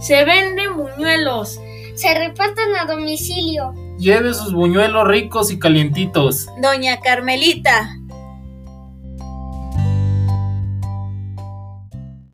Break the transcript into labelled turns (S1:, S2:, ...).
S1: Se venden buñuelos.
S2: Se reparten a domicilio.
S3: Lleve sus buñuelos ricos y calientitos.
S4: Doña Carmelita,